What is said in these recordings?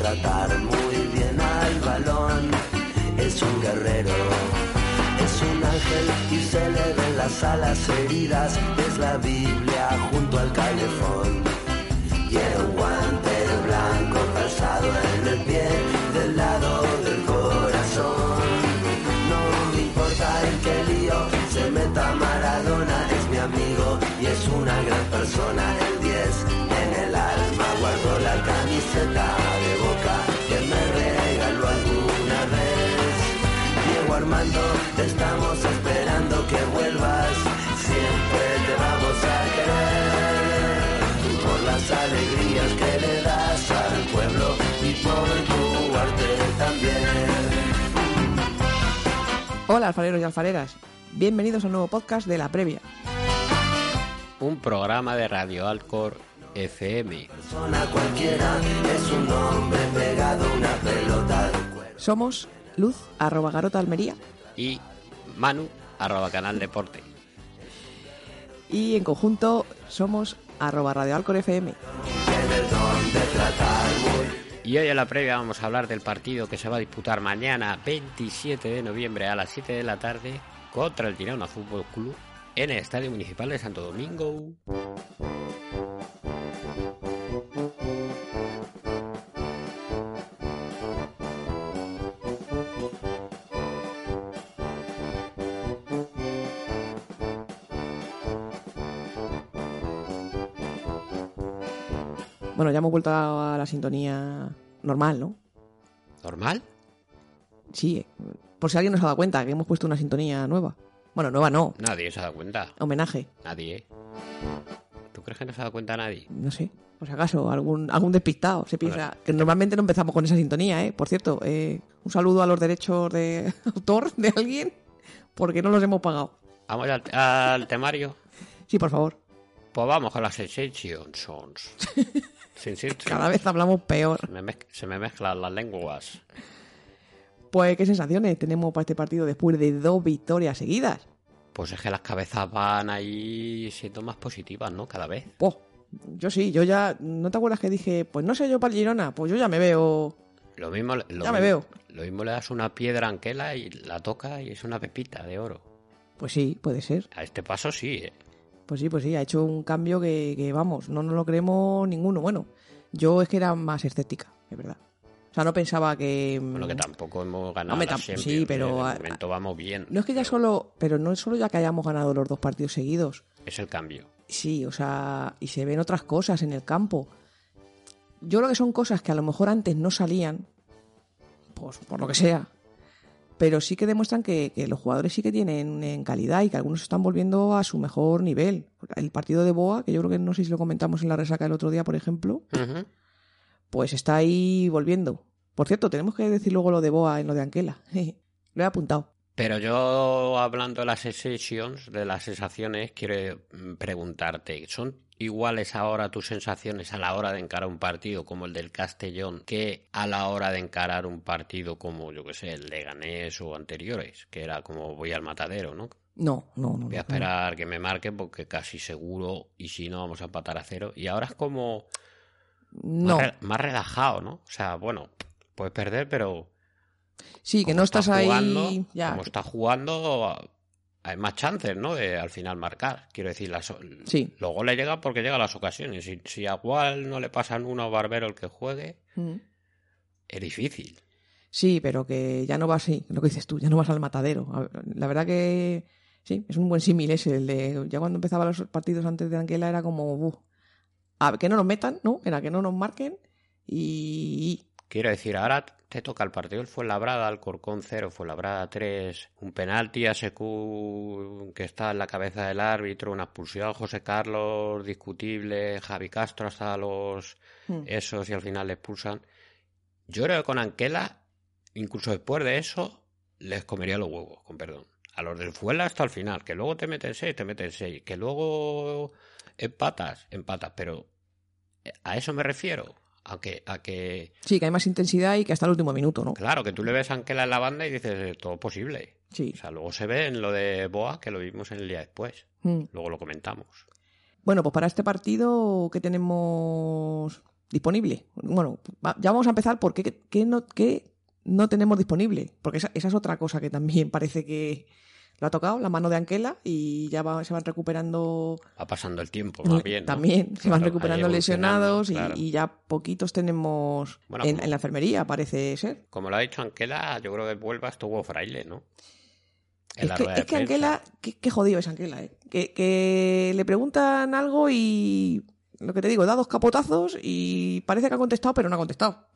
tratar muy bien al balón. Es un guerrero, es un ángel y se le ven las alas heridas. Es la Biblia junto al calefón. Y el guante blanco pasado en el pie del lado del corazón. No me importa en qué lío se meta Maradona, es mi amigo y es una gran persona. El 10 en el alma guardo la camiseta de boca que me regaló alguna vez. Diego Armando, te estamos esperando que vuelvas, siempre te vamos a querer por las alegrías que le das al pueblo y por tu arte también. Hola alfareros y alfareras, bienvenidos a un nuevo podcast de La Previa. Un programa de Radio Alcor FM. Persona cualquiera es un hombre pegado a una pelota de cuero. Somos luz arroba garota almería Y Manu, arroba canal deporte. y en conjunto somos arroba radio Alcor FM. Tiene donde tratar muy Y hoy en la previa vamos a hablar del partido que se va a disputar mañana 27 de noviembre a las 7 de la tarde contra el Girona Fútbol Club en el Estadio Municipal de Santo Domingo. Bueno, ya hemos vuelto a la sintonía normal, ¿no? ¿Normal? Sí, eh, por si alguien nos ha dado cuenta que hemos puesto una sintonía nueva. Bueno, nueva no, Nadie se ha dado cuenta. homenaje, Nadie. ¿eh? ¿Tú crees que no se ha dado cuenta nadie? no sé. Por si acaso, algún, algún despistado se piensa que normalmente no empezamos con esa sintonía, ¿eh? Por cierto, eh, un saludo a los derechos de autor de alguien, porque no los hemos pagado. Vamos al, al temario. Sí, por favor. Pues vamos con las sensations. Sensations. Cada vez hablamos peor. Me mezc- se me mezclan las lenguas. Pues qué sensaciones tenemos para este partido después de dos victorias seguidas. Pues es que las cabezas van ahí siendo más positivas, ¿no? Cada vez. Po, Pues, yo sí, yo ya. ¿No te acuerdas que dije, pues no sé yo para el Girona? Pues yo ya me veo. Lo mismo, lo Ya me mi- veo. Lo mismo le das una piedra a anquela y la toca y es una pepita de oro. Pues sí, puede ser. A este paso sí, ¿eh? Pues sí, pues sí, ha hecho un cambio que, que, vamos, no nos lo creemos ninguno. Bueno, yo es que era más escéptica, es verdad. O sea, no pensaba que. mm, Bueno, que tampoco hemos ganado Hombre, las tam- sí, Champions, pero, ¿eh? De ah, momento vamos bien. No es que ya solo. Pero no es solo ya que hayamos ganado los dos partidos seguidos. Es el cambio. Sí, o sea, y se ven otras cosas en el campo. Yo creo que son cosas que a lo mejor antes no salían, pues por lo que sea, pero sí que demuestran que, que los jugadores sí que tienen en calidad y que algunos están volviendo a su mejor nivel. El partido de Boa, que yo creo que no sé si lo comentamos en la resaca el otro día, por ejemplo, Ujú. pues está ahí volviendo. Por cierto, tenemos que decir luego lo de Boa en lo de Anquela. lo he apuntado. Pero yo, hablando de las sensations, de las sensaciones, quiero mm, preguntarte, ¿son iguales ahora tus sensaciones a la hora de encarar un partido como el del Castellón que a la hora de encarar un partido como, yo que sé, el de Ganés o anteriores? Que era como voy al matadero, ¿no? No, no, no. Voy a no, no. esperar que me marquen porque casi seguro y si no vamos a empatar a cero. Y ahora es como más, No, re- más relajado, ¿no? O sea, bueno, puedes perder, pero sí, que como no estás está jugando- ahí. Ya, Como está jugando, hay más chances, ¿no? De al final marcar. Quiero decir, las, Sí. los goles llegan porque llegan las ocasiones. Si, si a Gual no le pasan uno a Barbero el que juegue, Mm. es difícil. Sí, pero que ya no vas así, lo que dices tú, ya no vas al matadero. A ver, La verdad que sí, es un buen símil ese, el de ya cuando empezaba los partidos antes de Anquela era como, "Buf, a ver, que no nos metan, ¿no? Era que no nos marquen y... Quiero decir, ahora te toca el partido. El Fuenlabrada, Alcorcón 0, Fuenlabrada 3, un penalti a Secu que está en la cabeza del árbitro, una expulsión, José Carlos discutible, Javi Castro hasta los y- mm, esos y al final le expulsan. Yo creo que con Anquela, incluso después de eso, les comería los huevos, con perdón. A los del Fuela hasta el final, que luego te meten seis, te meten seis, que luego empatas, empatas, pero eh, a eso me refiero, a que, a que Sí, que hay más intensidad y que hasta el último minuto, ¿no? claro, que tú le ves a Anquela en la banda y dices, "Eh, todo es posible. Sí. O sea, luego se ve en lo de Boa, que lo vimos el día después, Mm. luego lo comentamos. Bueno, pues para este partido, ¿qué tenemos disponible. Bueno, va- ya vamos a empezar por qué, qué no, qué no tenemos disponible. Porque esa, esa es otra cosa que también parece que lo ha tocado, la mano de Anquela, y ya va- se van recuperando. Pues Va pasando el tiempo, más bien. ¿no? También se van Claro, ahí recuperando evolucionando, lesionados y, claro. y ya poquitos tenemos Bueno, pues en, como- en la enfermería, parece ser. Como lo ha dicho Anquela, yo creo que Vuelva estuvo fraile, ¿no? En Es la que, rueda es de que prensa. Anquela, qué, qué jodido es Anquela, ¿eh? Que, que le preguntan algo y lo que te digo, da dos capotazos y parece que ha contestado, pero no ha contestado.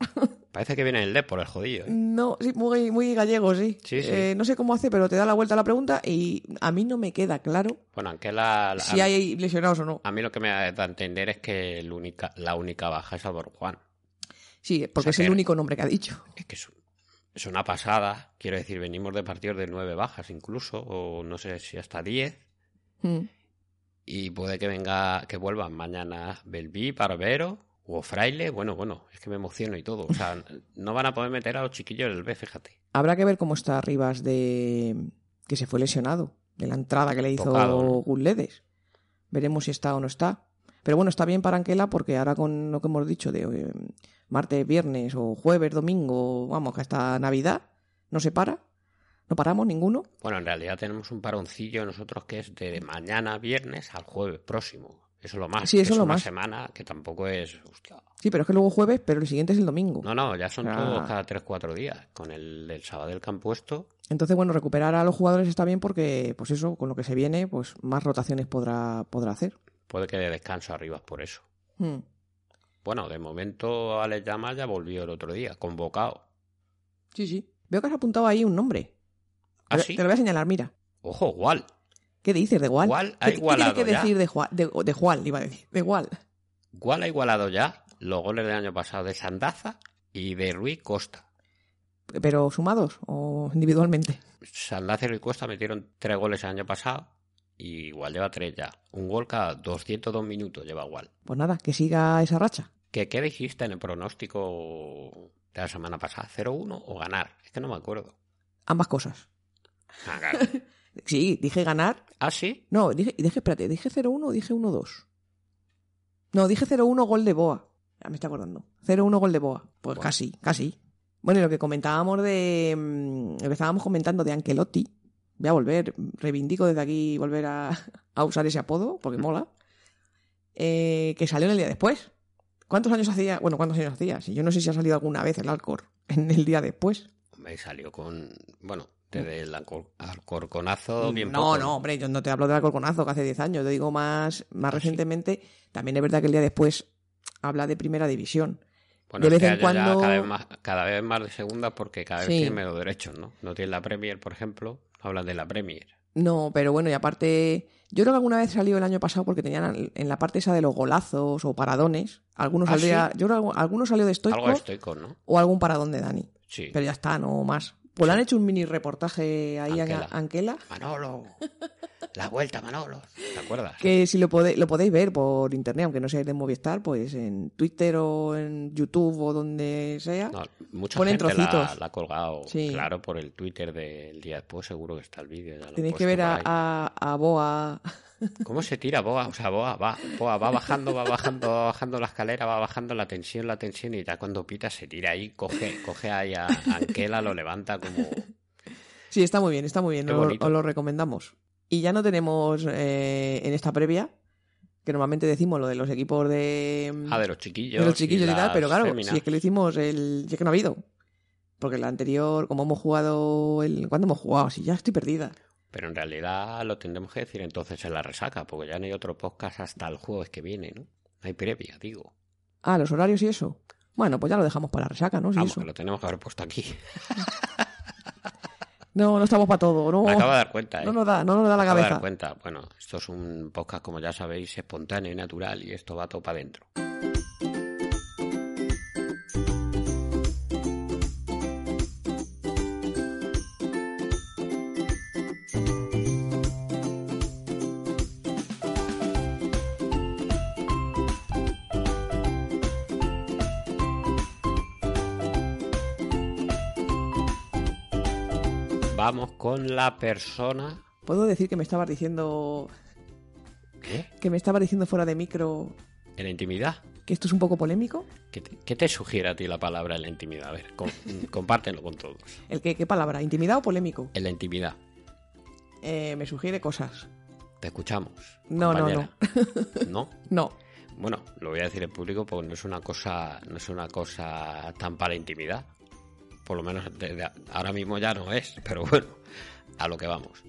Parece que viene el D por el jodido. ¿eh? No, sí, muy, muy gallego, sí. Sí, sí. Eh, no sé cómo hace, pero te da la vuelta a la pregunta y a mí no me queda claro Bueno, Anquela. si a, hay lesionados o no. a mí lo que me da a entender es que el única, la única baja es por Juan. Sí, porque o sea, es el que- único nombre que ha dicho. Es que es, un- es una pasada. Quiero decir, venimos de partidos de nueve bajas incluso, o no sé si hasta diez. Mm. Y puede que venga, que vuelvan mañana Belví, Barbero o Fraile. Bueno, bueno, es que me emociono y todo. O sea, no van a poder meter a los chiquillos en el B, fíjate. Habrá que ver cómo está Rivas de que se fue lesionado, de la entrada que le hizo Tocado, ¿no? Gulledes. Veremos si está o no está. Pero bueno, está bien para Anquela porque ahora con lo que hemos dicho de eh, martes, viernes o jueves, domingo, vamos, que hasta Navidad, no se para. No paramos ninguno. Bueno, en realidad tenemos un paroncillo nosotros que es de mañana viernes al jueves próximo. Eso es lo más. Sí, eso que es lo una más. semana que tampoco es. hostia. Sí, pero es que luego jueves, pero el siguiente es el domingo. No, no, ya son Ah. todos cada tres, cuatro días. Con el del Sabadell que han puesto. Entonces, bueno, recuperar a los jugadores está bien porque, pues eso, con lo que se viene, pues más rotaciones podrá, podrá hacer. Puede que de descanso arriba por eso. Hmm. Bueno, de momento Alex Llama ya volvió el otro día, convocado. Sí, sí. Veo que has apuntado ahí un nombre. ¿Ah, Te- sí? Te lo voy a señalar, mira. Ojo, igual. ¿Qué dices de Gual? Gual ha ¿Qué, qué igualado tiene que ya. decir de Juan? De, de Juan, iba a decir. De Gual. Igual ha igualado ya los goles del año pasado de Sandaza y de Rui Costa. ¿Pero sumados o individualmente? Sandaza y Rui Costa metieron tres goles el año pasado y igual lleva tres ya. Un gol cada 202 minutos lleva igual. Pues nada, que siga esa racha. ¿Qué, qué dijiste en el pronóstico de la semana pasada? ¿0-1 o ganar? Es que no me acuerdo. Ambas cosas. Ah, claro. Sí, dije ganar. ¿Ah, sí? No, dije, dije espérate, dije 0-1 o dije 1-2. No, dije 0-1 gol de Boa. Ya me está acordando. 0-1 gol de Boa. Pues Bueno. casi, casi. Bueno, y lo que comentábamos de. mm, Lo que estábamos comentando de Ancelotti. Voy a volver, reivindico desde aquí volver a, a usar ese apodo, porque mola. Eh, que salió en el día después. ¿Cuántos años hacía? Bueno, ¿cuántos años hacía? Si yo no sé si ha salido alguna vez el Alcor en el día después. Me salió con... Bueno, desde el alcor- alcorconazo bien no, poco, no, hombre, yo no te hablo del Alcorconazo que hace 10 años, te digo más, más Ah, sí. recientemente. También es verdad que el día después habla de primera división. Bueno, De este vez en año ya cuando- cada, vez más, cada vez más de segunda porque cada vez Sí. tiene menos derechos, ¿no? No tiene la Premier, por ejemplo, hablan de la Premier. No, pero bueno, y aparte, yo creo que alguna vez salió el año pasado porque tenían en la parte esa de los golazos o paradones, algunos Ah, saldría- yo creo que alguno salió de Stoico Algo estoico, ¿no? o algún paradón de Dani, Sí. pero ya está, no más. Pues le han hecho un mini reportaje ahí Anquela. a Anquela, Manolo, la vuelta, Manolo. ¿Te acuerdas? que si lo, pode- lo podéis ver por internet, aunque no seáis de Movistar, pues en Twitter o en YouTube o donde sea. No, mucha Ponen gente la, trocitos. la ha colgado, Sí. claro, por el Twitter del día después, seguro que está el vídeo. ya lo han Tenéis que puesto ver a, por ahí. a- a Boa. ¿Cómo se tira Boa? O sea, Boa va, Boa va bajando, va bajando, va bajando la escalera, va bajando la tensión, la tensión, y ya cuando pita se tira ahí, coge, coge ahí a Anquela, lo levanta como... Sí, está muy bien, está muy bien. Qué os- bonito. os lo recomendamos. Y ya no tenemos eh, en esta previa, que normalmente decimos lo de los equipos de, Ah, de los chiquillos. de los chiquillos y, tal, las pero claro, féminas. si es que lo hicimos el. Si es que no ha habido. Porque la anterior, como hemos jugado el. ¿Cuándo hemos jugado? Si ya estoy perdida. Pero en realidad lo tendremos que decir entonces en la resaca, porque ya no hay otro podcast hasta el jueves que viene, ¿no? No hay previa, digo. Ah, los horarios y eso. Bueno, pues ya lo dejamos para la resaca, ¿no? Sí, Vamos, eso. que lo tenemos que haber puesto aquí. No, no estamos para todo, no. Me acabo de dar cuenta, Oh. ¿eh? No nos da, no nos da la Me acabo de dar cabeza. cuenta. Bueno, esto es un podcast, como ya sabéis, espontáneo y natural, y esto va todo para adentro. Vamos con la persona. Puedo decir que me estabas diciendo. ¿Qué? Que me estabas diciendo fuera de micro ¿En la intimidad? que esto es un poco polémico. ¿Qué te, qué te sugiere a ti la palabra en la intimidad? A ver, com- compártelo con todos. ¿El qué, qué palabra? ¿Intimidad o polémico? En la intimidad, Eh, me sugiere cosas. te escuchamos. No, no, compañera. ¿No? No, Bueno, lo voy a decir en público porque no es una cosa, no es una cosa tan para intimidad. Por lo menos desde a- ahora mismo ya no es, pero bueno, a lo que vamos.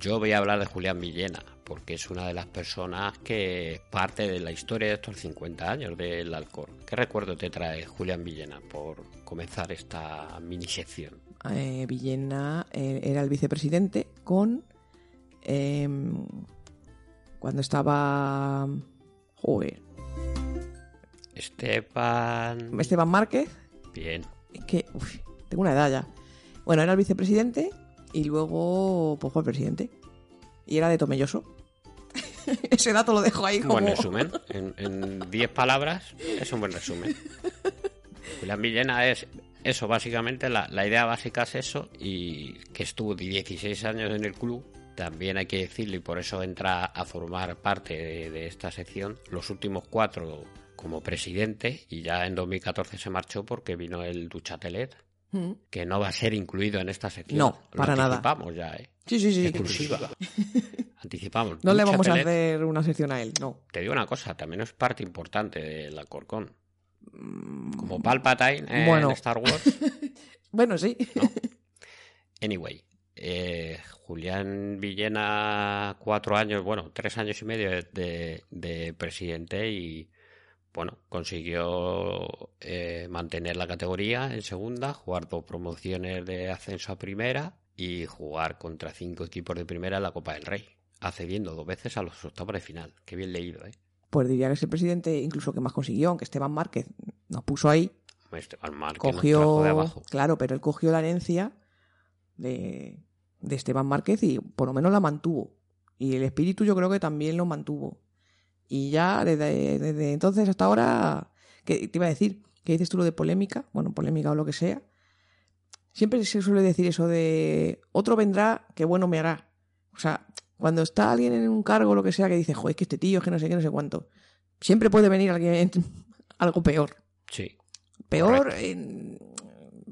Yo voy a hablar de Julián Villena, porque es una de las personas que es parte de la historia de estos 50 años del alcohol. ¿Qué recuerdo te trae Julián Villena por comenzar esta mini sección? eh, Villena eh, era el vicepresidente con em, cuando estaba joder, Esteban. Esteban Márquez Bien. es que uf, tengo una edad ya bueno era el vicepresidente y luego pues fue el presidente y era de Tomelloso ese dato lo dejo ahí Un como buen resumen. En- En 10 palabras es un buen resumen. Julián Villena es eso, básicamente. La, la idea básica es eso. Y que estuvo 16 años en el club. También hay que decirlo, y por eso entra a formar parte de, de esta sección. Los últimos cuatro como presidente. Y ya en 2014 se marchó porque vino el Duchatelet. Mm. Que no va a ser incluido en esta sección. No, para nada. Anticipamos ya, ¿eh? sí sí sí Exclusiva. Anticipamos. no le vamos a Duchatelet. hacer una sección a él no Te digo una cosa, también es parte importante del Alcorcón. Como Palpatine eh, Mm. Bueno. en Star Wars. bueno sí Anyway, eh, Julián Villena, cuatro años, bueno, tres años y medio de, de- de presidente y, bueno, consiguió eh, mantener la categoría en segunda, jugar dos promociones de ascenso a primera y jugar contra cinco equipos de primera en la Copa del Rey, accediendo dos veces a los octavos de final. Qué bien leído, ¿eh? pues diría que es el presidente incluso que más consiguió aunque Esteban Márquez nos puso ahí Esteban Márquez nos trajo cogió de abajo. claro pero él cogió la herencia de, de Esteban Márquez y por lo menos la mantuvo y el espíritu yo creo que también lo mantuvo y ya desde, desde entonces hasta ahora que te iba a decir que dices tú lo de polémica bueno polémica o lo que sea siempre se suele decir eso de otro vendrá que bueno me hará o sea cuando está alguien en un cargo o lo que sea que dice joder es que este tío es que no sé qué no sé cuánto siempre puede venir alguien algo peor Sí. peor Correcto. en,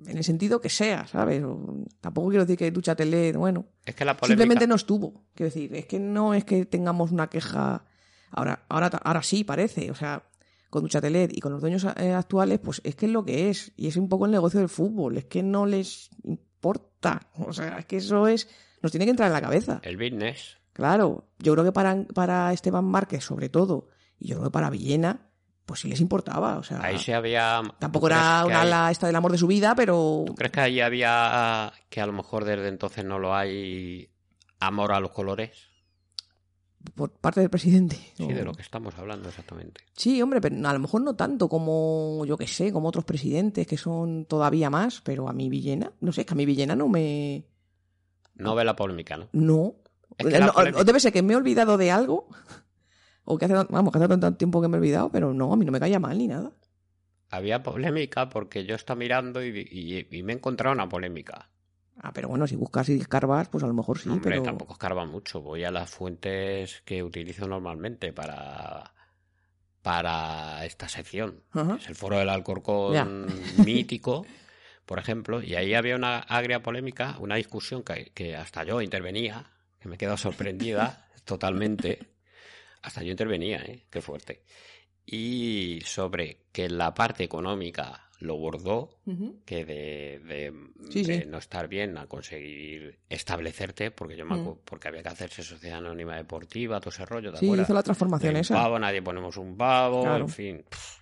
en el sentido que sea, ¿sabes? O- tampoco quiero decir que duchatele, bueno, Es que la polémica. simplemente no estuvo. Quiero decir, es que no es que tengamos una queja. Ahora, ahora, ta- ahora sí parece, o sea, con Duchatelet y con los dueños eh, actuales, pues es que es lo que es. Y es un poco el negocio del fútbol, es que no les importa. O sea, es que eso es. Nos tiene que entrar en la cabeza. El business. Claro, yo creo que para, para Esteban Márquez, sobre todo, y yo creo que para Villena, pues sí les importaba. O sea, Ahí se había. Ah. Tampoco ¿Tú crees era que una ahí- ala esta del amor de su vida, pero ¿Tú crees que ahí había. que a lo mejor desde entonces no lo hay. amor a los colores? por parte del presidente. Sí, de O- lo que estamos hablando exactamente. Sí, hombre, pero a lo mejor no tanto como, yo que sé, como otros presidentes que son todavía más, pero a mí Villena, no sé, es que a mí Villena no me... No ve la polémica, ¿no? No. Es que la No, polémica- o debe ser que me he olvidado de algo, o que hace, vamos, que hace tanto tiempo que me he olvidado, pero no, a mí no me caía mal ni nada. Había polémica porque yo estaba mirando y, y- y me he encontrado una polémica. Ah, pero bueno, si buscas y escarbas, pues a lo mejor sí, Hombre, pero... tampoco escarba mucho. Voy a las fuentes que utilizo normalmente para. para esta sección. Ajá. es el foro del Alcorcón Ya. mítico, por ejemplo, y ahí había una agria polémica, una discusión que, que hasta yo intervenía, que me he quedado sorprendida totalmente, hasta yo intervenía, ¿eh? qué fuerte, y sobre que la parte económica lo bordó, Ujú. que de, de- Sí, de sí. no estar bien a conseguir establecerte, porque yo me acu- porque había que hacerse sociedad anónima deportiva, todo ese rollo, ¿te Mm. Sí, acuerdas? hizo la de transformación un esa. pavo, nadie ponemos un pavo, Claro. en fin. Pff.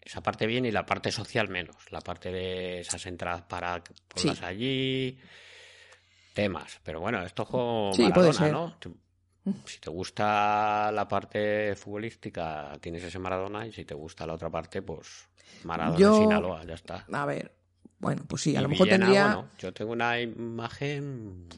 Esa parte bien y la parte social menos. La parte de esas entradas para que pongas Sí. allí. Temas. Pero bueno, esto es como Sí, puede Maradona, ser. ¿no? Tú- Si te gusta la parte futbolística, tienes ese Maradona y si te gusta la otra parte, pues Maradona Yo- Sinaloa, ya está. A ver, bueno, pues sí, a Y lo mejor Villena, tendría... bueno, yo tengo una imagen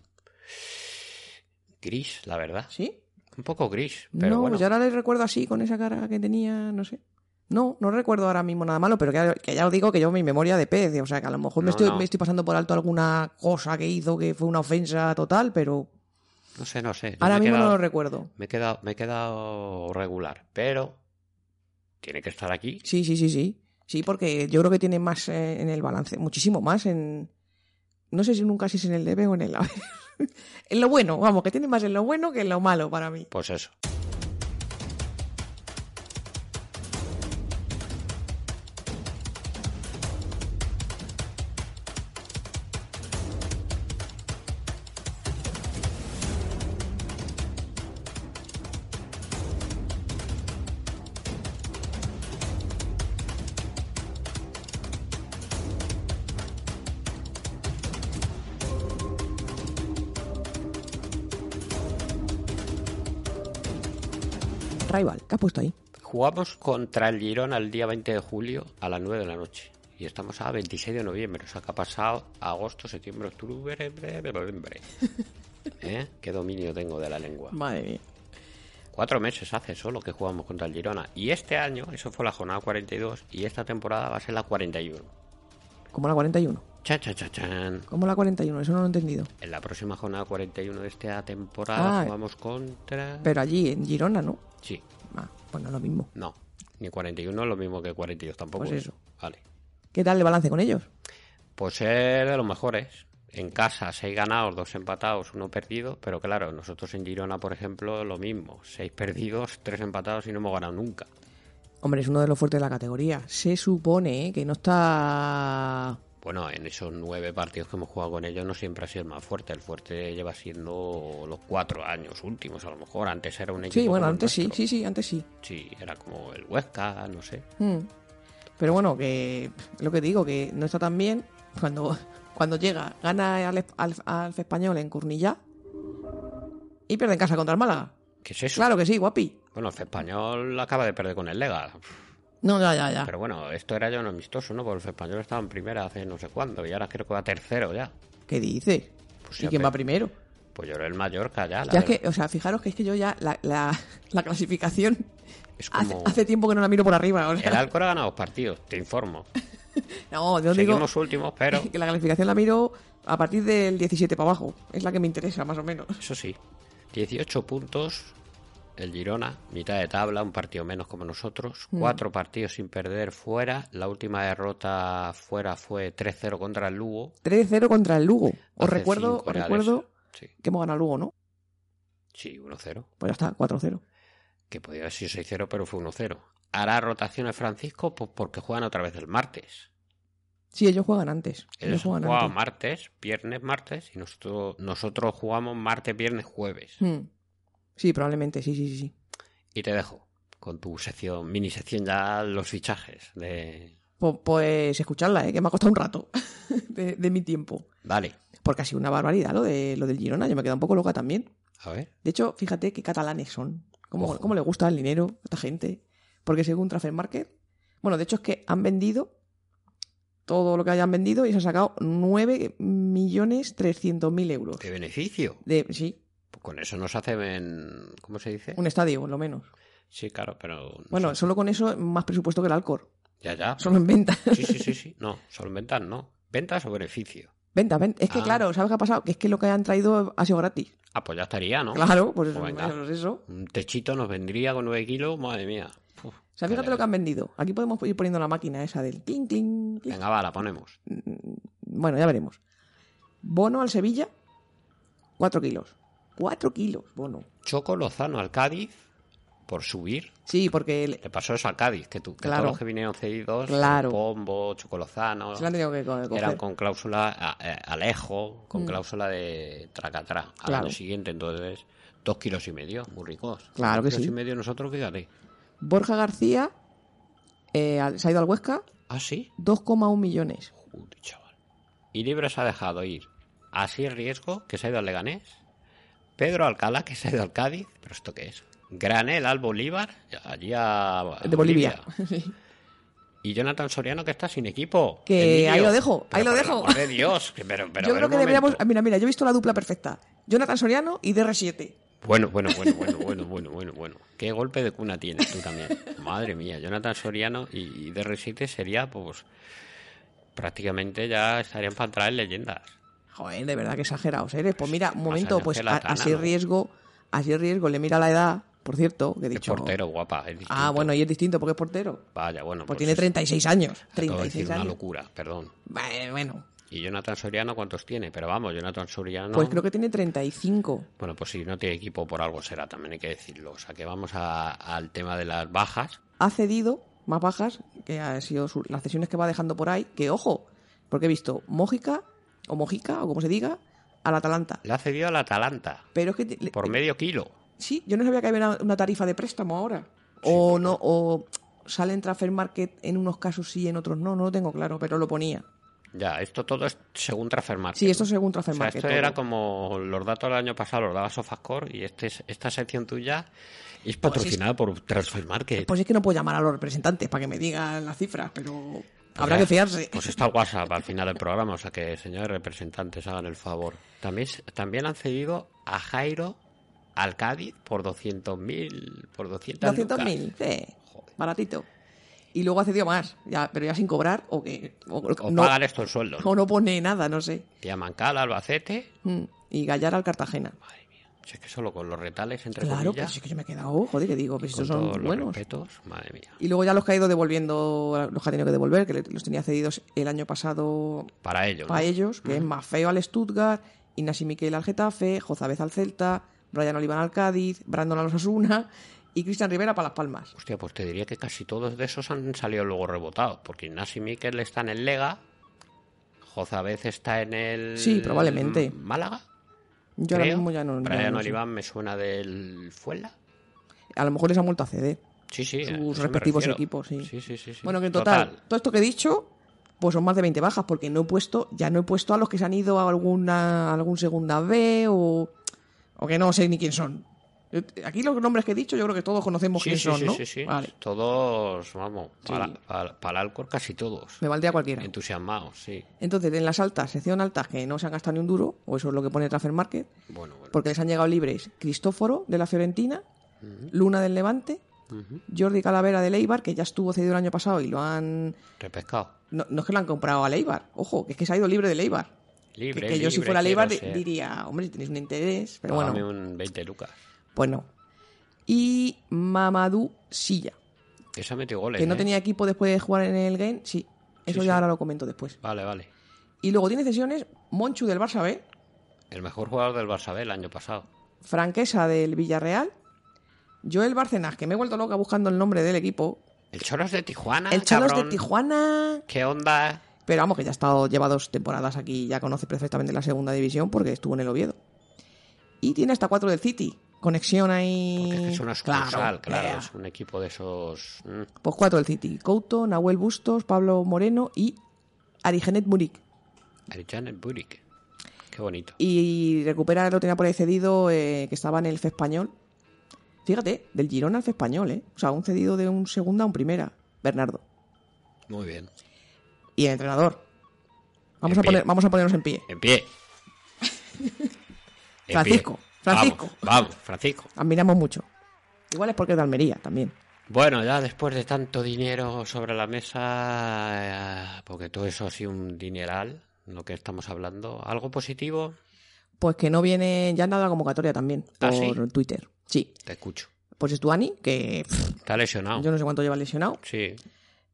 gris, la verdad. ¿Sí? Un poco gris, pero no, bueno. yo ahora le recuerdo así, con esa cara que tenía, no sé. No, no recuerdo ahora mismo nada malo, pero que, que ya os digo que yo mi memoria de pez, o sea que a lo mejor me, No, estoy, no. me estoy pasando por alto alguna cosa que hizo que fue una ofensa total, pero No sé, no sé. Yo ahora me he mismo no quedado- lo recuerdo. Me he quedado, me he quedado regular, pero tiene que estar aquí. Sí, sí, sí, sí. Sí, porque yo creo que tiene más eh, en el balance, muchísimo más en... No sé si nunca si es en el debe o en el... en lo bueno, vamos, que tiene más en lo bueno que en lo malo para mí. Pues eso. Rival, ¿qué has puesto ahí? Jugamos contra el Girona el día 20 de julio a las 9 de la noche. Y estamos a 26 de noviembre. O sea, que ha pasado agosto, septiembre, octubre, noviembre, noviembre. ¿Eh? ¿Qué dominio tengo de la lengua? Madre mía. Cuatro meses hace solo que jugamos contra el Girona. Y este año, eso fue la jornada 42, y esta temporada va a ser la 41. Como la 41. Chan, chan, chan, chan. Como la 41, eso no lo he entendido. En la próxima jornada 41 de esta temporada Ah. jugamos contra... Pero allí, en Girona, ¿no? Sí, Ah, pues no es lo mismo. no. Ni 41 es lo mismo que 42 tampoco. Pues es. eso. Vale. ¿Qué tal el balance con ellos? Pues ser de los mejores. En casa, seis ganados, dos empatados, uno perdido. Pero claro, nosotros en Girona, por ejemplo, lo mismo. Seis perdidos, tres empatados y no hemos ganado nunca. Hombre, es uno de los fuertes de la categoría. Se supone ¿eh? que no está... Bueno, en esos nueve partidos que hemos jugado con ellos no siempre ha sido el más fuerte. El fuerte lleva siendo los cuatro años últimos, a lo mejor. Antes era un equipo. Sí, bueno, como el antes sí, nuestro. sí, sí, antes sí. Sí, era como el Huesca, no sé. Mm. Pero bueno, que lo que digo, que no está tan bien cuando, cuando llega, gana al, al, al español en Cornillá y pierde en casa contra el Málaga. ¿Qué es eso? Claro que sí, guapi. Bueno, el español acaba de perder con el Lega. No, ya, ya, ya. Pero bueno, esto era ya un amistoso, ¿no? Porque el español estaba en primera hace no sé cuándo y ahora creo que va tercero ya. ¿Qué dices? Pues ¿Y ya quién va pe- primero? Pues yo era el Mallorca ya. la Ya es verdad. que, o sea, fijaros que es que yo ya la, la, la clasificación Es hace, como. hace tiempo que no la miro por arriba. o sea. El Alcor ha ganado dos partidos, te informo. no, yo digo Seguimos últimos, pero. que la clasificación la miro a partir del 17 para abajo. Es la que me interesa, más o menos. Eso sí, 18 puntos. El Girona, mitad de tabla, un partido menos como nosotros. Mm. Cuatro partidos sin perder fuera. La última derrota fuera fue 3-0 contra el Lugo. 3-0 contra el Lugo. Os Hace recuerdo, cinco os era de recuerdo eso. Sí, que hemos ganado Lugo, ¿no? sí 1-0. Pues ya está, 4-0. Que podía haber sido 6-0, pero fue 1-0. Hará rotaciones Francisco pues porque juegan otra vez el martes. Sí, ellos juegan antes. Ellos Ellos juegan jugado antes. martes, viernes, martes, y nosotros, nosotros jugamos martes, viernes, jueves. Hmm. Sí, probablemente, sí, sí, sí, sí. Y te dejo con tu sección, mini sección ya los fichajes de Po- Pues, escucharla, ¿eh? que me ha costado un rato de, de mi tiempo. Dale, Porque ha sido una barbaridad lo, de, lo del Girona. Yo me he quedado un poco loca también. a ver. De hecho, fíjate qué catalanes son. ¿Cómo, Ojo. cómo le gusta el dinero a esta gente? Porque según Transfer Market, bueno, de hecho es que han vendido todo lo que hayan vendido y se han sacado 9.300.000 euros. ¿Qué beneficio? De, sí, Pues con eso nos hacen, ¿cómo se dice? un estadio, por lo menos. Sí, claro, pero no Bueno, sé. solo con eso, más presupuesto que el Alcor. ya ya. Solo en venta. Sí, sí, sí, sí. No, son ventas, no. Ventas o beneficio. Venta, venta. Es que Ah. claro, ¿sabes qué ha pasado? Que es que lo que han traído ha sido gratis. Ah, pues ya estaría, ¿no? Claro, pues eso, Pues venga. eso es eso. Un techito nos vendría con 9 kilos, madre mía. Uf, O sea, fíjate ya, lo que ya. han vendido. Aquí podemos ir poniendo la máquina esa del clink, clink, clink. Venga, va, la ponemos. Bueno, ya veremos. Bono al Sevilla, 4 kilos. 4 kilos, bono. Choco Lozano al Cádiz por subir Sí, porque el- Le pasó eso a Cádiz, que, tú, que Claro. todos los que vinieron cedidos, Claro. Pombo, Chocolozano, se lo han tenido que co- coger. Mm. eran con cláusula a- eh, alejo, con cláusula de tracatrá. Al Claro. año siguiente, entonces, dos kilos y medio, muy ricos. Claro que Dos kilos sí. y medio nosotros, fíjate. Borja García eh, al- se ha ido al Huesca, Ah, sí. 2,1 millones. Joder, chaval. Y Libres ha dejado ir. Así Riesgo, que se ha ido al Leganés. Pedro Alcalá, que se ha ido al Cádiz. ¿Pero esto qué es? Granel al Bolívar, allí a. a De Bolivia. Y Jonathan Soriano que está sin equipo. Que Emilio. ahí lo dejo, ahí Pero lo por el dejo. amor de Dios, que- pero, pero yo a ver creo un que deberíamos. momento. Mira, mira, yo he visto la dupla perfecta. Jonathan Soriano y DR7. Bueno, bueno, bueno, bueno, bueno, bueno, bueno, bueno. Qué golpe de cuna tienes tú también. Madre mía, Jonathan Soriano y, y DR7 sería, pues, prácticamente ya estarían para entrar en leyendas. Joder, de verdad que exagerados eres. Pues mira, un Más momento, años pues que la a- tana, así ¿no? riesgo, así riesgo, le mira la edad por cierto, que he Es dicho. portero, guapa. es distinto. Ah, bueno, y es distinto porque es portero. Vaya, bueno. Pues, tiene 36 años. Acabo de 36 decir una años. locura, perdón. Bueno, bueno, ¿Y Jonathan Soriano cuántos tiene? Pero vamos, Jonathan Soriano. pues creo que tiene 35. Bueno, pues si no tiene equipo por algo será, también hay que decirlo. O sea, que vamos a- al tema de las bajas. ha cedido más bajas, que ha sido su- las cesiones que va dejando por ahí, que ojo, porque he visto Mójica, o Mojica, o como se diga, al Atalanta. Le ha cedido al Atalanta Pero es que te- le- por medio kilo. sí, yo no sabía que había una, una tarifa de préstamo ahora. o no, o sale en Transfer Market en unos casos sí, en otros no, no lo tengo claro, pero lo ponía. Ya, esto todo es según Transfermarkt. Sí, esto según O Transfer sea, Market. esto todo. era como los datos del año pasado, los daba Sofascore y este, es- esta sección tuya es patrocinada por Transfermarket. Pues es que no puedo llamar a los representantes para que me digan las cifras, pero habrá Pues ya. que fiarse. Pues está el WhatsApp al final del programa, o sea que señores representantes hagan el favor. También, s- también han cedido a Jairo al Cádiz por 200.000 por 200 lucas. 200.000, sí, baratito. Y luego ha cedido más, ya, pero ya sin cobrar o que o- O no, pagan estos sueldos. o no pone nada, no sé. Diamancal, Albacete. Mm, Y Gallar al Cartagena. Madre mía. Si es que solo con los retales, entre Claro, pero comillas, sí que yo me he quedado, joder, que digo, pues con estos todos son los buenos. respetos, madre mía. Y luego ya los que ha ido devolviendo, los que ha tenido que devolver, que le- los tenía cedidos el año pasado Para ellos. para ¿no? ellos, que es Mafeo al Stuttgart, Inasi Miquel al Getafe, Jozabez al Celta, Brian Oliván al Cádiz, Brandon al Osasuna y Cristian Rivera para Las Palmas. Hostia, pues te diría que casi todos de esos han salido luego rebotados, porque Ignasi Miquel está en el Lega, Jozabez está en el... Sí, probablemente. Málaga. Yo ahora creo. mismo ya no... ya Brian no sé. Oliván me suena del Fuela. A lo mejor les han vuelto a ceder. Sí, sí. a Sus eso me respectivos refiero. equipos, sí. Sí, sí, sí, sí. Bueno, que en total, todo esto que he dicho, pues son más de 20 bajas, porque no he puesto, ya no he puesto a los que se han ido a alguna, a algún segunda B o, o que no sé ni quién son. Yo- Aquí los nombres que he dicho, yo creo que todos conocemos Sí, quién sí, son, sí, ¿no? sí, sí. Vale. Todos, vamos, Sí. para, para, para el Alcor casi todos. Me valdría cualquiera. Entusiasmados, sí. Entonces, en las altas, sección altas, que no se han gastado ni un duro, o eso es lo que pone Transfer Market, Bueno, bueno. porque les han llegado libres Cristóforo de la Fiorentina, Luna del Levante, Jordi Calavera del Eibar, que ya estuvo cedido el año pasado y lo han. Repescado. No, no es que lo han comprado al Eibar, ojo, que es que se ha ido libre del Eibar. que, Libre, que yo si libre, fuera quiero Leibar ser. diría, hombre, si tenéis un interés, pero Págame bueno, un 20 lucas. pues no. Y Mamadou Silla, Que se ha metido goles, que no ¿eh? tenía equipo después de jugar en el game, sí, eso Sí, ya sí. ahora lo comento después. Vale, vale. Y luego tiene cesiones Monchu del Barça B, El mejor jugador del Barça B el año pasado. Franquesa del Villarreal, Joel Barcenas, que me he vuelto loca buscando el nombre del equipo, El Choros de Tijuana, el Chalos de Ah, cabrón. Tijuana, ¿Qué onda? pero vamos, que ya ha estado, lleva dos temporadas aquí, ya conoce perfectamente la segunda división porque estuvo en el Oviedo. Y tiene hasta cuatro del City, conexión ahí... Porque es que es una Claro, sucursal, claro. eh. Es un equipo de esos... mm. Pues cuatro del City. Couto, Nahuel Bustos, Pablo Moreno y Arigenet Murik. Arjan Burik. Qué bonito. Y recupera, lo tenía por ahí cedido, eh, que estaba en el F español. Fíjate, del Girona al F español, ¿eh? O sea, un cedido de un segunda a un primera, Bernardo. Muy bien. Y el entrenador. Vamos, En a, poner, pie. vamos a ponernos en pie. En pie. En Francisco, pie. Francisco. Vamos, vamos, Francisco. Admiramos mucho. Igual es porque es de Almería también. Bueno, ya después de tanto dinero sobre la mesa, eh, porque todo eso ha sido un dineral, lo que estamos hablando, algo positivo, Pues que no viene, ya han dado la convocatoria también por ¿Ah, sí? Twitter. Sí. te escucho. Pues Estuani, que pff, Está lesionado. yo no sé cuánto lleva lesionado. Sí,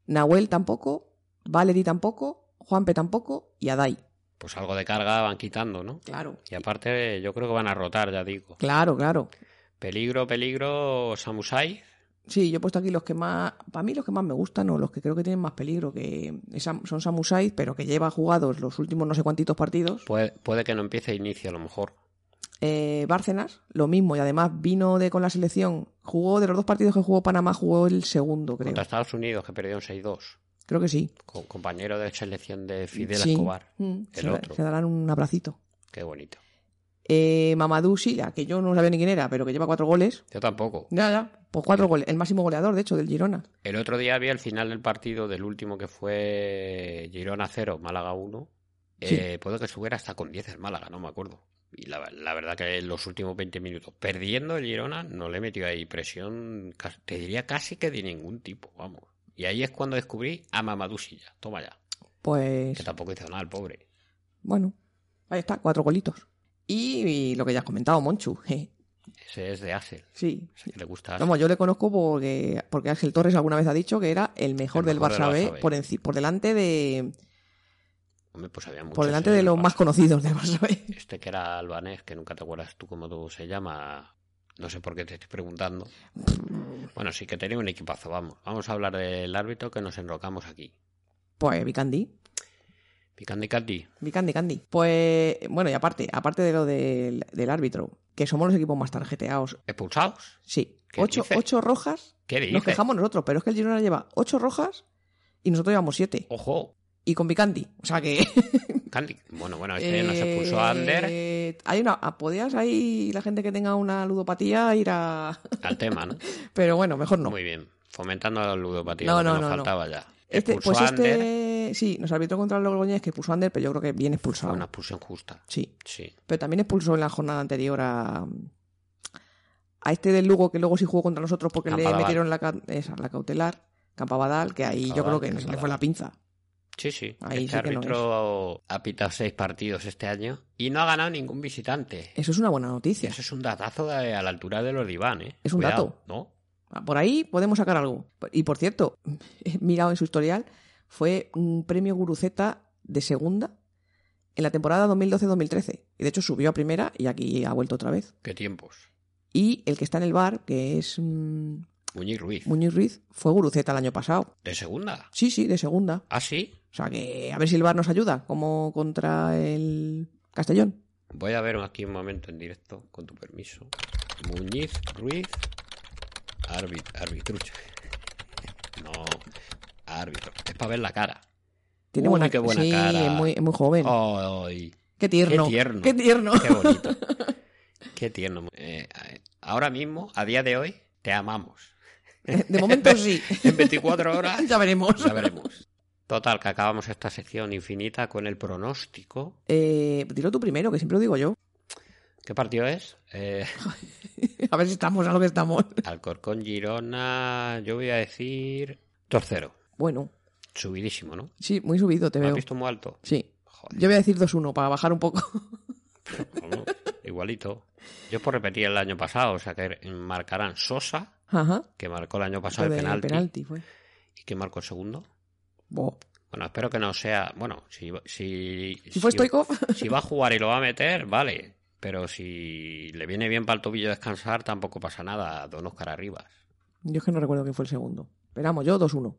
Nahuel tampoco, Valery tampoco, Juanpe tampoco y Adai. pues algo de carga van quitando, ¿no? Claro. Y aparte, yo creo que van a rotar, ya digo. Claro, claro. Peligro, peligro, Samusai. Sí, yo he puesto aquí los que más, para mí los que más me gustan o los que creo que tienen más peligro, que es Sam- son Samusai, pero que lleva jugados los últimos no sé cuántitos partidos. Puede, puede que no empiece inicio, a lo mejor. Eh, Bárcenas, lo mismo, y además vino de con la selección, jugó de los dos partidos que jugó Panamá, jugó el segundo, creo. Contra Estados Unidos, que perdió un 6-2. Creo que sí. Co- compañero de selección de Fidel Sí. Escobar. Mm, el se, otro. se darán un abracito. Qué bonito. Eh, Mamadou Sila, que yo no sabía ni quién era, pero que lleva cuatro goles. Yo tampoco. Ya, ya. Pues cuatro goles, el máximo goleador, de hecho, del Girona. El otro día había el final del partido del último que fue Girona 0, Málaga 1. Sí. Eh, puedo que estuviera hasta con 10 el Málaga, no me acuerdo. Y la, la verdad que en los últimos 20 minutos, perdiendo el Girona, no le metió ahí presión, ca- te diría casi que de ningún tipo, vamos. Y ahí es cuando descubrí a Mamadou Silla, toma ya, Pues que tampoco hizo nada el pobre. Bueno, ahí está, cuatro golitos. Y, y lo que ya has comentado, Monchu. je. Ese es de Axel. Sí. Ese que le gusta a Axel. Vamos, yo le conozco porque, porque Ángel Torres alguna vez ha dicho que era el mejor, El del mejor del Barça B, Barça B. por, enci- por delante de Hombre, pues había por muchos, delante ¿eh? de los Barça. más conocidos del Barça B. Este que era albanés, que nunca te acuerdas tú cómo tú se llama. No sé por qué te estoy preguntando. Bueno, sí que tenía un equipazo, vamos. Vamos a hablar del árbitro que nos enrocamos aquí. Pues Vicandi. Picandi Candy. Vicandi, Candy. Pues, bueno, y aparte, aparte de lo del, del árbitro, que somos los equipos más tarjeteados. ¿Expulsados? Sí. ¿Qué Ocho, dices? ocho rojas. ¿Qué Nos dices? quejamos nosotros, pero es que el Girona lleva ocho rojas y nosotros llevamos siete. Ojo, Y con Vicandi. O sea que. Candy. Bueno, bueno, este nos expulsó a Ander Eh, Hay una, ah, podías ahí la gente que tenga una ludopatía ir a. al tema, ¿no? Pero bueno, mejor no. Muy bien. Fomentando la ludopatía. No, lo que no, nos no, no. faltaba ya. Este, pues Expulsó a Ander. este. Sí, nos arbitró contra el Logroñés que expulsó a Ander, pero yo creo que bien Fue expulsado. una expulsión justa. Sí. Sí. Pero también expulsó en la jornada anterior a. A este del Lugo que luego sí jugó contra nosotros porque le Campabadal. metieron la, ca- esa, la cautelar, Campabadal, que ahí yo creo Campabadal, que no se le fue Campabadal. la pinza. Sí, sí. Ahí este sí que no árbitro ha pitado seis partidos este año y no ha ganado ningún visitante. Eso es una buena noticia. Eso es un datazo de- a la altura de los diván, ¿eh? Es un Cuidado, dato. ¿No? Ah, Por ahí podemos sacar algo. Y por cierto, he mirado en su historial, fue un premio Guruceta de segunda en la temporada 2012-2013. Y de hecho subió a primera y aquí ha vuelto otra vez. ¿Qué tiempos? Y el que está en el bar, que es mm, Muñiz Ruiz. Muñiz Ruiz, fue Guruceta el año pasado. ¿De segunda? Sí, sí, de segunda. ¿Ah, sí? O sea que a ver si el bar nos ayuda, como contra el Castellón. Voy a ver aquí un momento en directo, con tu permiso. Muñiz Ruiz. Árbit, arbitrucho. No, árbitro. Es para ver la cara. Tiene Uy, buena, qué buena sí, cara. Es, muy, es muy joven. Ay, qué tierno. qué tierno. Qué tierno. qué bonito. qué tierno. Eh, eh, ahora mismo, a día de hoy, te amamos. De momento sí. En 24 horas ya veremos. ya veremos. Total, que acabamos esta sección infinita con el pronóstico. Eh, dilo tú primero, que siempre lo digo yo. ¿Qué partido es? Eh, A ver si estamos a lo que estamos. Alcorcón Girona, yo voy a decir 2-0. Bueno, Subidísimo, ¿no? sí, muy subido te ¿Me has veo. visto muy alto? Sí. Joder, Yo voy a decir 2-1 para bajar un poco. vamos, igualito. Yo por repetir el año pasado, o sea que marcarán Sosa, Ajá. que marcó el año pasado Lo el del penalti, penalti fue. y que marcó el segundo. Bo. Bueno, espero que no sea. Bueno, si, si, Si fue Stoikov, si va a jugar y lo va a meter, vale. Pero si le viene bien para el tobillo descansar, tampoco pasa nada. Don Oscar Arribas. yo es que no recuerdo quién fue el segundo. Esperamos, yo 2-1.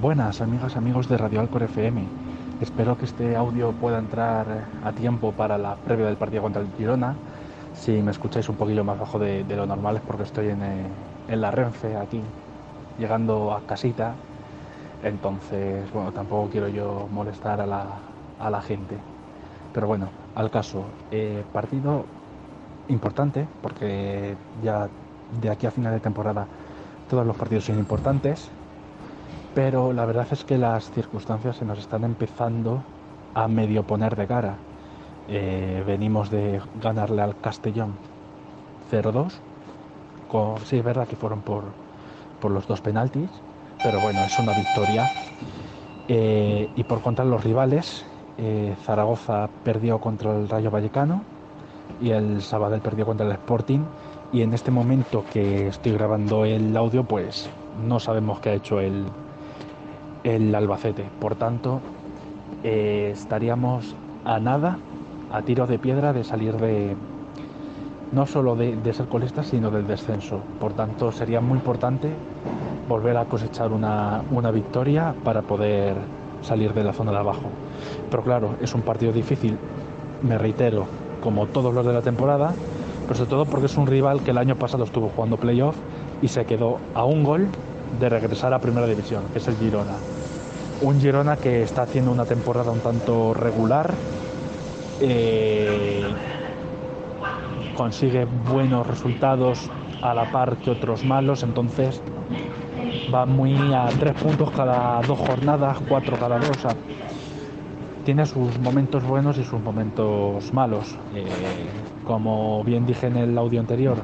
Buenas amigas, amigos de Radio Alcor FM. Espero que este audio pueda entrar a tiempo para la previa del partido contra el Girona. Si me escucháis un poquillo más bajo de, de lo normal es porque estoy en, eh, en la Renfe aquí, llegando a casita. Entonces, bueno, tampoco quiero yo molestar a la, a la gente. Pero bueno, al caso, eh, partido importante porque ya de aquí a final de temporada todos los partidos son importantes pero la verdad es que las circunstancias se nos están empezando a medio poner de cara. Eh, venimos de ganarle al Castellón 0-2. con- Sí, es verdad que fueron por, por los dos penaltis, pero bueno, es una victoria. Eh, y por contra los rivales, eh, Zaragoza perdió contra el Rayo Vallecano y el Sabadell perdió contra el Sporting. Y en este momento que estoy grabando el audio, pues no sabemos qué ha hecho el, el Albacete. Por tanto, eh, estaríamos a nada, a tiro de piedra, de salir de. no solo de, de ser colistas, sino del descenso. Por tanto, sería muy importante volver a cosechar una, una victoria para poder salir de la zona de abajo. Pero claro, es un partido difícil, me reitero, como todos los de la temporada, pero sobre todo porque es un rival que el año pasado estuvo jugando playoff y se quedó a un gol de regresar a primera división, que es el Girona. Un Girona que está haciendo una temporada un tanto regular, eh, consigue buenos resultados a la par que otros malos, entonces va muy a tres puntos cada dos jornadas, cuatro cada dos. o sea, tiene sus momentos buenos y sus momentos malos. Eh, como bien dije en el audio anterior,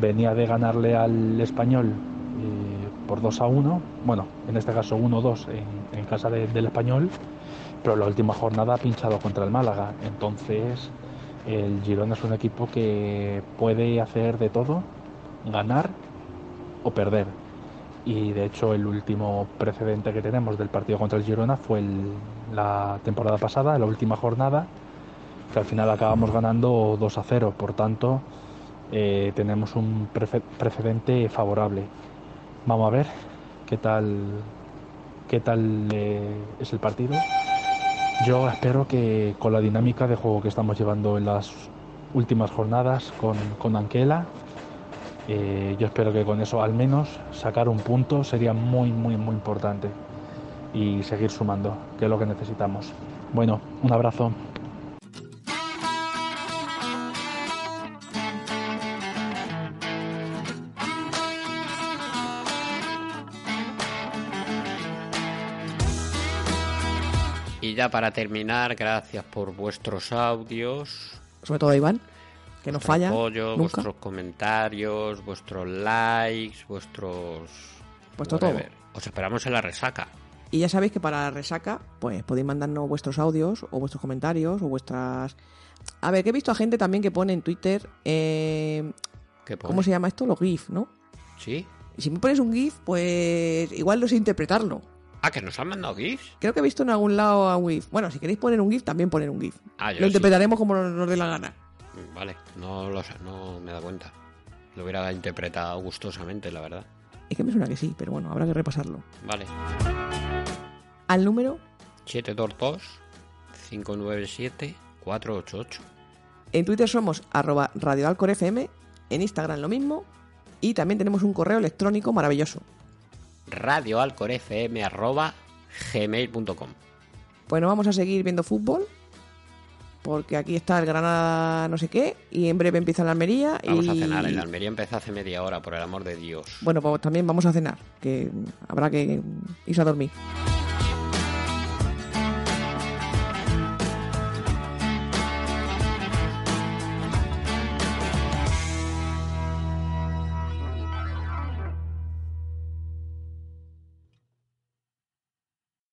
venía de ganarle al español eh, por 2 a 1, bueno, en este caso 1-2 en, en casa de- del español, pero la última jornada ha pinchado contra el Málaga. Entonces, el Girona es un equipo que puede hacer de todo, ganar o perder. Y de hecho, el último precedente que tenemos del partido contra el Girona fue el- la temporada pasada, la última jornada, que al final acabamos ganando 2 a 0. Por tanto, eh, tenemos un prefe- precedente favorable. Vamos a ver qué tal qué tal eh, es el partido. Yo espero que con la dinámica de juego que estamos llevando en las últimas jornadas con, con Anquela, eh, yo espero que con eso al menos sacar un punto sería muy, muy, muy importante. Y seguir sumando, que es lo que necesitamos. Bueno, un abrazo. Y ya para terminar, gracias por vuestros audios, Sobre todo a Iván, que no vuestro falla. apoyo, nunca. vuestros comentarios, vuestros likes, vuestros... Vuestro whatever. Os esperamos en la resaca. Y ya sabéis que para la resaca, pues podéis mandarnos vuestros audios o vuestros comentarios o vuestras... A ver, que he visto a gente también que pone en Twitter, eh, ¿Qué ¿cómo pone? se llama esto? Los GIF, ¿no? ¿Sí? Y si me pones un GIF, pues igual no sé interpretarlo. Ah, que nos han mandado GIFs. Creo que he visto en algún lado a un GIF. Bueno, si queréis poner un GIF, también poner un GIF. Ah, yo Lo sí. interpretaremos como nos nos dé la gana. Vale, no lo sé, no me da cuenta. Lo hubiera interpretado gustosamente, la verdad. Es que me suena que sí, pero bueno, habrá que repasarlo. Vale. Al número, 722-597-488. en Twitter somos arroba radioalcorfm, en Instagram lo mismo, y también tenemos un correo electrónico maravilloso. radioalcorfm arroba gmail.com. Pues nos vamos a seguir viendo fútbol, porque aquí está el Granada no sé qué, y en breve empieza la Almería. Vamos y... a cenar. En Almería empezó hace media hora, por el amor de Dios. Bueno, pues también vamos a cenar, que habrá que irse a dormir.